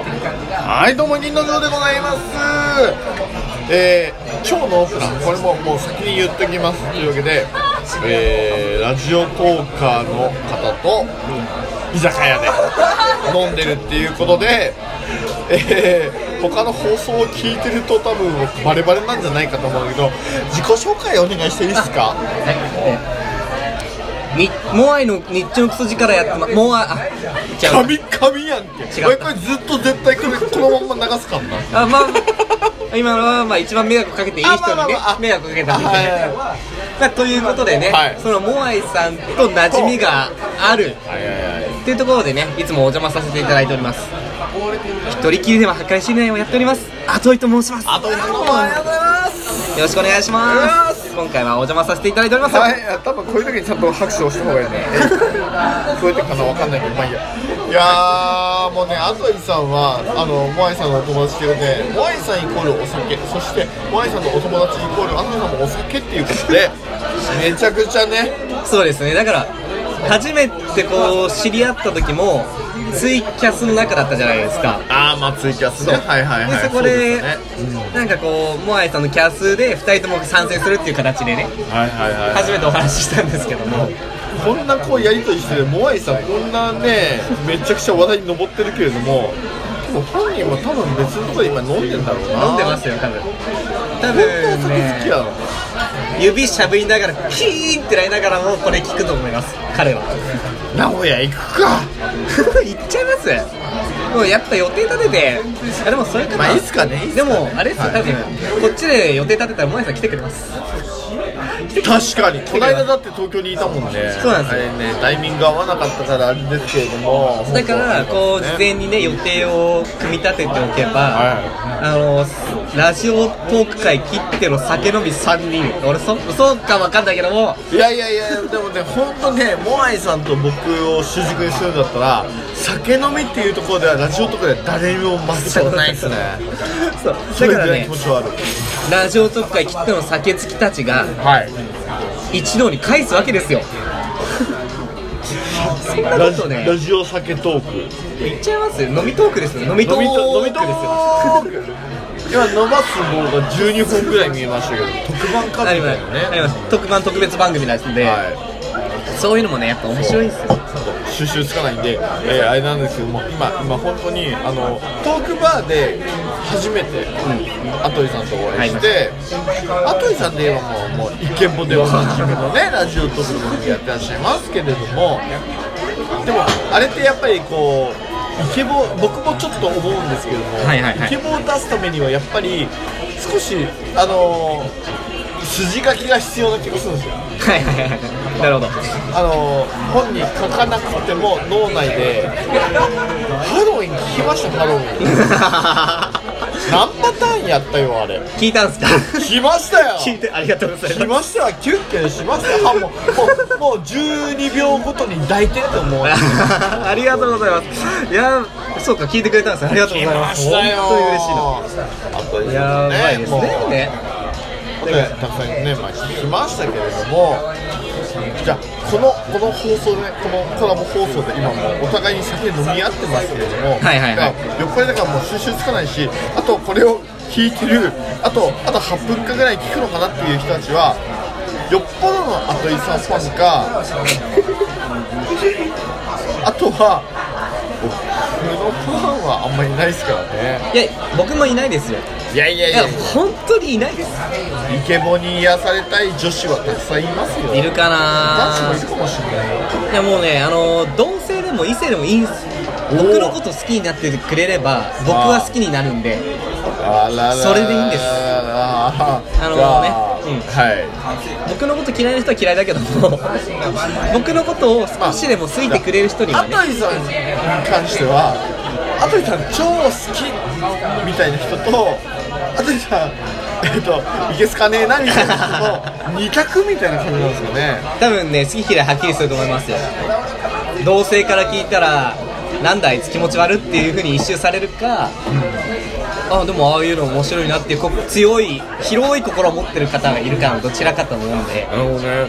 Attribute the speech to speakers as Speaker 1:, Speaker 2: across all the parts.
Speaker 1: はいどうも銀の城でございますえー、今日のあこれももう先に言っときますというわけで、えー、ラジオトーカーの方と居酒屋で飲んでるっていうことで、えー、他の放送を聞いてると多分僕バレバレなんじゃないかと思うけど自己紹介お願いしていいですか
Speaker 2: にモアイの日中のクソ力やってまモアイあ違う
Speaker 1: 神神やんけ
Speaker 2: 違
Speaker 1: 俺
Speaker 2: った
Speaker 1: これずっと絶対これこのまんま流すかんな
Speaker 2: あまあ今のはまあ一番迷惑かけていい人
Speaker 1: あまあ
Speaker 2: にね
Speaker 1: まあまあ
Speaker 2: 迷惑かけたんで
Speaker 1: はいはいは
Speaker 2: まあということでね、
Speaker 1: はい
Speaker 2: そのモアイさんと馴染みがある
Speaker 1: はいはいはい
Speaker 2: っていうところでねいつもお邪魔させていただいております一人きりでは破壊しないをやっておりますアトイと申します
Speaker 1: あと
Speaker 2: どうもありがとうございますよろしくお願いします今回はお邪魔させていただいておりますよ、
Speaker 1: はい、多分こういう時にちゃんと拍手をした方がいいね。そういう時かな、わかんないけど、まあいいや。いやー、もうね、あといさんは、あの、モアイさんのお友達ということで、モアイさんイコールお酒、そして、モアイさんのお友達イコール、あといさんもお酒っていうことで、めちゃくちゃね、
Speaker 2: そうですねだから初めてこう知り合った時もツイキャスの中だったじゃないですか
Speaker 1: あー、まあ、ツイキャスね。はいはいはい。
Speaker 2: でそこ
Speaker 1: う
Speaker 2: で
Speaker 1: ですね
Speaker 2: なんかこうモアイさんのキャスで2人とも参戦するっていう形でね
Speaker 1: はいはいはい。
Speaker 2: 初めてお話ししたんですけども
Speaker 1: こんなこうやりとりしてるモアイさんこんなねめちゃくちゃ話題に上ってるけれどもでも本人は多分別のとこで今飲んでんだろうな
Speaker 2: 飲んでますよ多分多
Speaker 1: 本当
Speaker 2: 分
Speaker 1: にお酒好き
Speaker 2: ね
Speaker 1: やの
Speaker 2: 指しゃぶりながらキーンってなりながらもこれ聞くと思います彼は
Speaker 1: 名古屋行くか
Speaker 2: 言っちゃいますもうやっぱ予定立ててあでもそれかな
Speaker 1: まあいつかねいつ
Speaker 2: で
Speaker 1: かね
Speaker 2: もあれですよ
Speaker 1: はい
Speaker 2: 多分こっちで予定立てたらモアイさん来てくれます
Speaker 1: 確かにこの間だって東京にいたもんね
Speaker 2: そうなんで
Speaker 1: あ
Speaker 2: すよ
Speaker 1: れねタイミング合わなかったからあれですけれども
Speaker 2: だからこう事前にね予定を組み立てておけば、あのラジオトーク会切っての酒飲み3人俺そそうかわかんないけども
Speaker 1: いやいやいやでもね本当ねモアイさんと僕を主軸にするんだったら酒飲みっていうところではラジオとかでは誰にも負けたことないですね
Speaker 2: そう
Speaker 1: そ
Speaker 2: だ
Speaker 1: れぐ
Speaker 2: から
Speaker 1: らい
Speaker 2: ね
Speaker 1: 気持ちはある
Speaker 2: ラジオトーク会切っての酒好きたちが
Speaker 1: はい
Speaker 2: 一堂に返すわけですよそんな
Speaker 1: ラ
Speaker 2: こ
Speaker 1: ジ
Speaker 2: とね
Speaker 1: ラジオ酒トーク
Speaker 2: 言っちゃいますよ飲みトークですよ飲みトークですよ
Speaker 1: ーク今伸ばす棒が12本ぐらい見えましたけど特番か
Speaker 2: あ
Speaker 1: み
Speaker 2: りま
Speaker 1: たい
Speaker 2: す
Speaker 1: な
Speaker 2: あり
Speaker 1: ね
Speaker 2: ます特番特別番組なんで、
Speaker 1: は
Speaker 2: そういうのもねやっぱ面白いですよ
Speaker 1: い収集つかないんで、えーあれなんですけども今今本当にあのトークバーで初めてアトイさんとお会いしてアトイさんで言えばもうもう一見ぼでおなじみのねラジオトークもやってらっしゃいますけれどもでもあれってやっぱりこうイケボ僕もちょっと思うんですけども、
Speaker 2: はいはいはい
Speaker 1: イケボを出すためにはやっぱり少しあのー筋書きが必要な気がするんですよ
Speaker 2: はいはいはいはいなるほど
Speaker 1: あのー本に書かなくても脳内でハロウィン聞きましたハロウィン何 パターンやったよあれ
Speaker 2: 聞いたんすか
Speaker 1: 聞きましたよ
Speaker 2: 聞いてありがとうござい
Speaker 1: し
Speaker 2: ま
Speaker 1: ましたよキュッキュしましたよはもうもうもう12秒ごとに抱いてると 思う
Speaker 2: す ありがとうございますいやそうか聞いてくれたんですねありがとうございます本当に嬉しいな
Speaker 1: 本当に嬉しい
Speaker 2: いやーうまいですねね
Speaker 1: たくさんね、まあ、聞きましたけれども、じゃあ、このこの放送で、このコラボ放送で、今もうお互いに酒飲み合ってますけれども、
Speaker 2: はいはいはい
Speaker 1: だから酔っ払いだからもう収集つかないし、あとこれを聞いてる、あとあと8分間ぐらい聞くのかなっていう人たちは、よっぽどのアトイさんファンか、あとは、僕のファンはあんまりいないですからね。
Speaker 2: いや僕もいないですよ
Speaker 1: いやいや
Speaker 2: いや本当にいないです
Speaker 1: イケボに癒されたい女子はたくさんいますよ
Speaker 2: いるか
Speaker 1: 男子も
Speaker 2: ない
Speaker 1: るかもしれないよ
Speaker 2: いやもうねあの同性でも異性でもいいんす
Speaker 1: おー
Speaker 2: 僕のこと好きになってくれれば僕は好きになるんで
Speaker 1: あらら
Speaker 2: それでいいんです
Speaker 1: あ
Speaker 2: あのねうん
Speaker 1: は
Speaker 2: 僕のこと嫌いな人は嫌いだけども僕のことを少しでも好いてくれる人に
Speaker 1: い
Speaker 2: は
Speaker 1: ア
Speaker 2: ね
Speaker 1: トイさんに関してはアトイさん超好きみたいな人とアトイさんえっといけすかねえなみたいな人と二択みたいな感じなんですよね
Speaker 2: 多分ね好き嫌いはっきりすると思いますよ同性から聞いたらなんだあいつ気持ち悪っていうふうに一周されるか、あでもああいうの面白いなっていうこ強い広い心を持ってる方がいるかのどちらかと思うんで
Speaker 1: なるほどね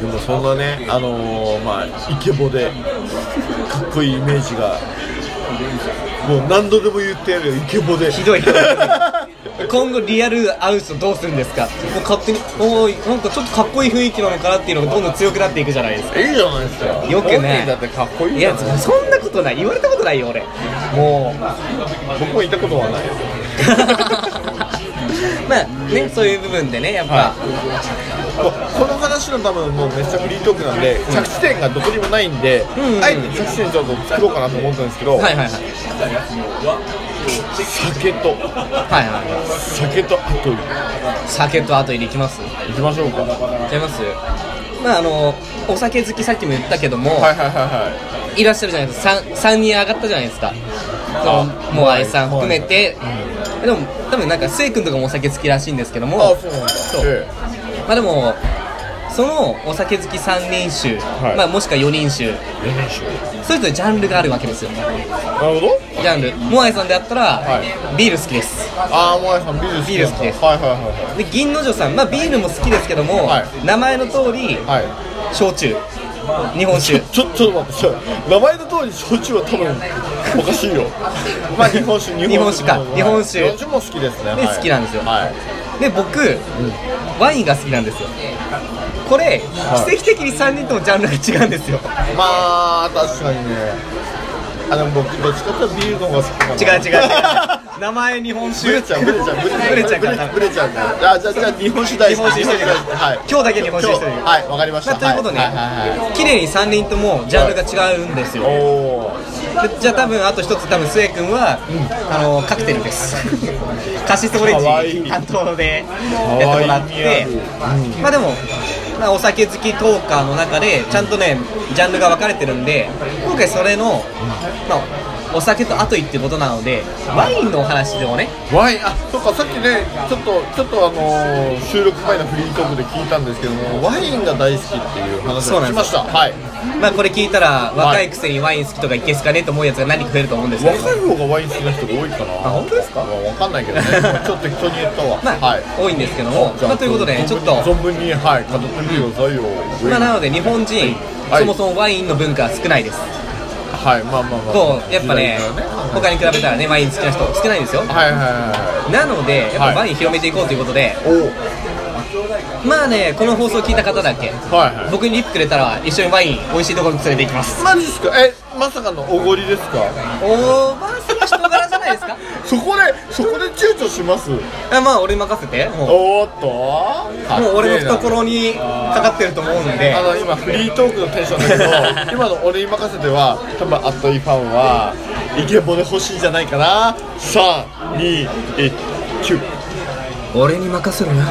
Speaker 1: でもそんなねあのーまあイケボでかっこいいイメージがもう何度でも言ってやるよイケボで
Speaker 2: ひどい
Speaker 1: う
Speaker 2: 今後リアルアウトどうするんですかもう勝手におーなんかちょっとかっこいい雰囲気なのかなっていうのがどんどん強くなっていくじゃないですか
Speaker 1: んいいじゃないですか
Speaker 2: よくね
Speaker 1: 本人だってかっこいい
Speaker 2: い
Speaker 1: じゃ
Speaker 2: や
Speaker 1: ない
Speaker 2: そんなことない言われたことないよ俺もう
Speaker 1: 僕も言ったことはない
Speaker 2: まあねそういう部分でねやっぱ、
Speaker 1: はもうこの話のためのもうめっちゃフリートークなんで、着地点がどこにもないんで、
Speaker 2: んうん
Speaker 1: あえて着地点ちょっと作ろうかなと思ったんですけど、
Speaker 2: はいはいはい
Speaker 1: 酒と
Speaker 2: はいは
Speaker 1: 酒とアプリ
Speaker 2: い酒と後入れいきますい
Speaker 1: 行きましょうかはい
Speaker 2: っちゃいますまああのお酒好きさっきも言ったけども、
Speaker 1: はいはいはい
Speaker 2: い、らっしゃるじゃないですか 3, 三人上がったじゃないですか
Speaker 1: あ
Speaker 2: そのモアイさん含めて、でも多分なんかせい君とかもお酒好きらしいんですけども
Speaker 1: そうなんだ
Speaker 2: そう
Speaker 1: え
Speaker 2: まあでもそのお酒好き3人衆、
Speaker 1: はい
Speaker 2: まあ、もしくは4人衆
Speaker 1: え練習
Speaker 2: それぞれジャンルがあるわけですよ
Speaker 1: なるほど
Speaker 2: ジャンルモアイさんであったら、
Speaker 1: は
Speaker 2: ビール好きです
Speaker 1: ああモアイさんビール好き
Speaker 2: ビール好きです
Speaker 1: はいはいは
Speaker 2: で銀之丞さん、まあ、ビールも好きですけども、
Speaker 1: はい
Speaker 2: 名前の通り
Speaker 1: いはいはい
Speaker 2: 焼酎日本酒
Speaker 1: ちょちょっと待ってちょ名前の通り焼酎は多分おかしいよまあ日本酒
Speaker 2: 日本酒か日本酒
Speaker 1: 日本酒も好きですね
Speaker 2: で
Speaker 1: はい
Speaker 2: 好きなんですよ
Speaker 1: はい
Speaker 2: で僕、ワインが好きなんですよこれ、
Speaker 1: はい
Speaker 2: 奇跡的に3人ともジャンルが違うんですよ
Speaker 1: まあ確かにねあでも僕どっちかっていうとビールの方が好きかな
Speaker 2: 違う違う違う名前日本
Speaker 1: ブ
Speaker 2: 酒
Speaker 1: レちゃうブレちゃう
Speaker 2: ブレちゃうから多分
Speaker 1: ブレちゃうからじゃあじゃあじゃあ日本酒大
Speaker 2: 日
Speaker 1: 好
Speaker 2: 本
Speaker 1: き
Speaker 2: 酒一人で
Speaker 1: はい
Speaker 2: 今日だけ日本酒一人で
Speaker 1: 今日はいわかりまし
Speaker 2: ま
Speaker 1: た
Speaker 2: あということで、
Speaker 1: はいはいはいはい
Speaker 2: 綺麗に3人ともジャンルが違うんですよ、
Speaker 1: おー
Speaker 2: でじゃあ多分あと一つ多分スエ君は、あのカクテルですカシスオレ
Speaker 1: かわ
Speaker 2: ン
Speaker 1: い
Speaker 2: ジ
Speaker 1: い
Speaker 2: 担当でやってもら
Speaker 1: 可
Speaker 2: っ
Speaker 1: 愛い
Speaker 2: て
Speaker 1: 似
Speaker 2: まあでも、まあ、お酒好きトーカーの中でちゃんとねジャンルが分かれてるんで今回それの、まあ、お酒と後いってことなのでワインのお話でもね
Speaker 1: ワインあそっかさっきねちょっとちょっとあのー収録前のフリートークで聞いたんですけどもワインが大好きっていう話
Speaker 2: そう
Speaker 1: を
Speaker 2: な
Speaker 1: 聞き
Speaker 2: んで
Speaker 1: ますしたはい
Speaker 2: まあこれ聞いたら若いくせにワイン好きとかいけすかねと思うやつが何か増えると思うんですけど
Speaker 1: 若い方がワイン好きな人が多いかな
Speaker 2: あ本当ですか
Speaker 1: まあわかんないけど ねちょっと人に言ったわ
Speaker 2: まあ、
Speaker 1: はい
Speaker 2: 多いんですけども、
Speaker 1: じゃ
Speaker 2: まあ、ということでちょっと
Speaker 1: 存分にはい語ってみてくださいよ、
Speaker 2: まあ、なので日本人、
Speaker 1: はい
Speaker 2: そもそもワインの文化は少ないです
Speaker 1: はいまあまあまあ
Speaker 2: こうやっぱね
Speaker 1: 時代から
Speaker 2: 他に比べたらねワイン好きな人少ないんですよ
Speaker 1: はいはいは
Speaker 2: なのでやっぱ
Speaker 1: はい
Speaker 2: ワイン広めていこうということで、
Speaker 1: いはいお
Speaker 2: まあねこの放送聞いた方だけ
Speaker 1: はいはい
Speaker 2: 僕にリップくれたら一緒にワイン美味しいところに連れて行きます
Speaker 1: マジですかえまさかのおごりですか
Speaker 2: おーまあその人柄じゃないですか
Speaker 1: そこでそこで躊躇します
Speaker 2: あまあ俺に任せても
Speaker 1: おーっとも
Speaker 2: うもう俺の懐にかかってると思うんで
Speaker 1: あの今フリートークのテンション だけど今の俺に任せては多分あっというファンはイケボで欲しいんじゃないかな321
Speaker 2: 俺に任せるない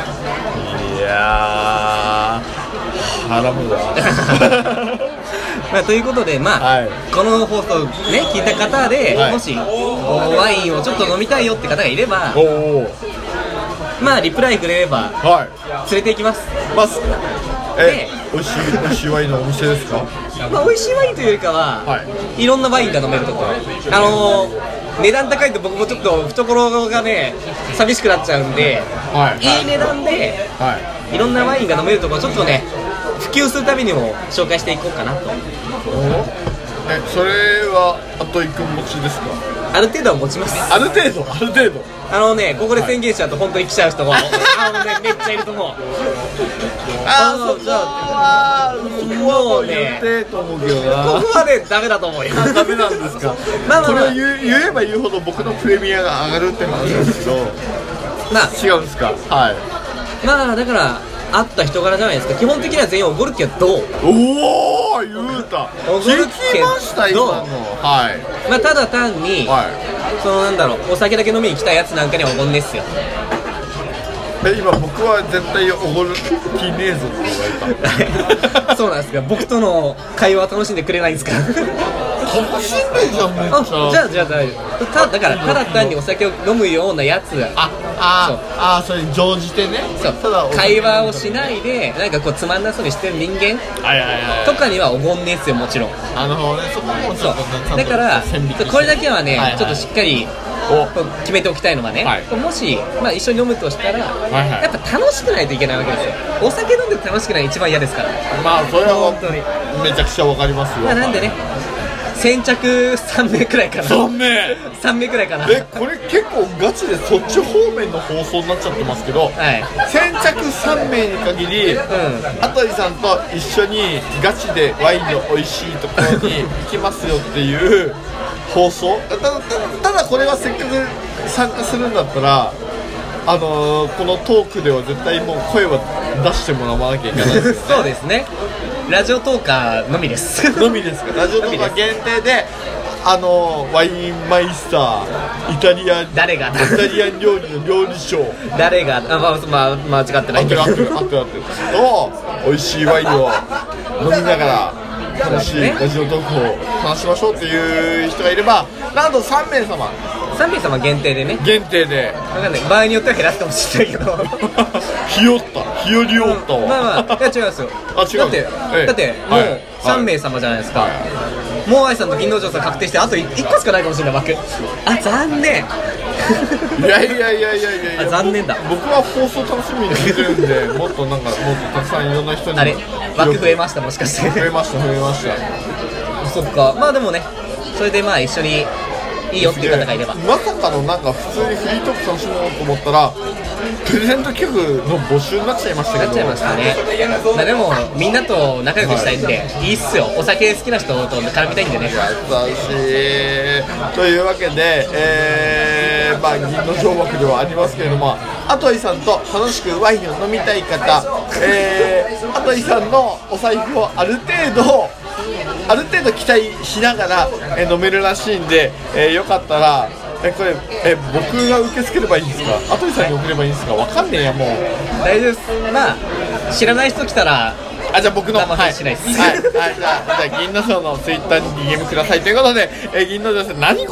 Speaker 1: やー腹も だ
Speaker 2: まあ、ということで、まあ
Speaker 1: はい
Speaker 2: この放送、ね、聞いた方で、
Speaker 1: はい
Speaker 2: もしおワインをちょっと飲みたいよって方がいれば
Speaker 1: お、お
Speaker 2: まあ、リプライくれれば
Speaker 1: はい
Speaker 2: 連れて行きます、
Speaker 1: まず
Speaker 2: で
Speaker 1: え美味しい美味しいワインのお店ですか
Speaker 2: まあ、美味しいワインというよりかは、、
Speaker 1: はい
Speaker 2: ろんなワインが飲めるところ、あのー値段高いと僕もちょっと懐がね寂しくなっちゃうんで、
Speaker 1: はい
Speaker 2: いい値段で
Speaker 1: はい
Speaker 2: ろんなワインが飲めるところちょっとね普及するためにも紹介していこうかなと
Speaker 1: えそれはあといくん持ちですか
Speaker 2: ある程度は持ちます
Speaker 1: ある程度ある程度
Speaker 2: あのね、ここで宣言しちゃうと本当に来ちゃう人も、あのね、めっちゃいると思う。あーじゃ
Speaker 1: あそこはもう言ってと思うけど
Speaker 2: こ
Speaker 1: な
Speaker 2: こはね、ダメだと思うよ。
Speaker 1: ダメなんですか
Speaker 2: まあまあ
Speaker 1: これ
Speaker 2: ま
Speaker 1: を
Speaker 2: あ、
Speaker 1: 言う言えば言うほど僕のプレミアが上がるって話なんですけど
Speaker 2: まあ、
Speaker 1: 違うんですかはい
Speaker 2: まあ、だから、会った人柄じゃないですか。基本的には全員おごるけど、
Speaker 1: おお言うた
Speaker 2: おごる
Speaker 1: 聞
Speaker 2: け
Speaker 1: き
Speaker 2: ど
Speaker 1: ました今のはい
Speaker 2: まあ、ただ単に、
Speaker 1: はい
Speaker 2: そのなんだろう、お酒だけ飲みに来たやつなんかにはおごんねっすよ。
Speaker 1: え今僕は絶対おごる気ねえぞって言われた
Speaker 2: そうなんですか、僕との会話楽しんでくれないんですか
Speaker 1: 楽しんでんじゃんめっち
Speaker 2: あじゃ
Speaker 1: ゃ
Speaker 2: あ、じゃあ大丈夫。ただから、ただ単にお酒を飲むようなやつが、
Speaker 1: あああそれに乗じてね
Speaker 2: そう
Speaker 1: ただお
Speaker 2: 会話をしないで、なんかこう、つまんなそうにしてる人間
Speaker 1: はいはいはい
Speaker 2: とかにはおごんねっすよ、もちろん。
Speaker 1: あのねそこもち
Speaker 2: そ
Speaker 1: ょ
Speaker 2: う
Speaker 1: っとちゃんと
Speaker 2: だから
Speaker 1: 線引きして
Speaker 2: これだけはね、
Speaker 1: はいはい
Speaker 2: ちょっとしっかり
Speaker 1: お
Speaker 2: こう決めておきたいのはね、
Speaker 1: はい
Speaker 2: もし、まあ、一緒に飲むとしたら、
Speaker 1: いはい
Speaker 2: やっぱ楽しくないといけないわけですよお酒飲んで楽しくない一番嫌ですから
Speaker 1: まあそれは
Speaker 2: 本当に
Speaker 1: めちゃくちゃわかりますよ
Speaker 2: まあ、なんでね先着3名くらいかな
Speaker 1: 3名
Speaker 2: 3名くらいかなは
Speaker 1: えこれ結構ガチでそっち方面の放送になっちゃってますけど、
Speaker 2: い
Speaker 1: 先着3名に限り、あたりさんと一緒にガチでワインの美味しいところに行きますよっていう放送ただただただこれはせっかく参加するんだったらあのーこのトークでは絶対もう声は出してもらわなきゃいけないですね
Speaker 2: そうですねラジオトーカーのみです
Speaker 1: のみですかラジオとか限定であのワインマイスターイタリアン
Speaker 2: 誰が
Speaker 1: イタリアン料理の料理賞
Speaker 2: 誰があ、まあまあ、間違って
Speaker 1: あ
Speaker 2: な
Speaker 1: っ
Speaker 2: い
Speaker 1: て
Speaker 2: け
Speaker 1: る
Speaker 2: ど
Speaker 1: あってるあってるあってると美味しいワインを飲みながら楽しいラジオトークを話しましょうっていう人がいればなんと3名様
Speaker 2: 3名様限定でね
Speaker 1: 限定 で
Speaker 2: わかんない場合によっては減らすかもしれないけど
Speaker 1: 日和った日和りおったわ、
Speaker 2: まあまあいや違いますよ
Speaker 1: あ違う
Speaker 2: だって、
Speaker 1: ええ
Speaker 2: だっても
Speaker 1: はいう
Speaker 2: 3名様じゃないですか、もう愛さんと銀之丞さん確定してあと1個しかないかもしれない枠あ残念
Speaker 1: いやいやいやいやいやいや
Speaker 2: あ残念だ
Speaker 1: 僕僕は放送楽しみにしてるんでもっとなんかもっとたくさんいろんな人に
Speaker 2: あれ枠増え
Speaker 1: し
Speaker 2: ましたもしかした
Speaker 1: 増
Speaker 2: て
Speaker 1: えました増えました
Speaker 2: そっかまあでもねそれでまあ一緒にいいよっていう方がいれば
Speaker 1: まさかのなんか普通にフリートーク楽しもうと思ったらプレゼント企画の募集になっちゃいましたけ
Speaker 2: な
Speaker 1: ど
Speaker 2: っちゃいましたね、まあ、でもみんなと仲良くしたいんで、い、いっすよお酒好きな人と絡みたいんでね
Speaker 1: 優しいというわけで、えーまあ、銀の条枠ではありますけれどもアトイさんと楽しくワインを飲みたい方、えー、アトイさんのお財布をある程度ある程度期待しながら、えー飲めるらしいんで、えーよかったら、えーこれ、えー僕が受け付ければいいんですかアトイさんに送ればいいんですかわかんねえやもう
Speaker 2: 大丈夫ですまあ知らない人来たら
Speaker 1: あじゃあ僕の
Speaker 2: 生配信しないっす
Speaker 1: はいはいはいじゃあじゃあ銀の条のツイッターに DM くださいということで、えー銀の条さん何これ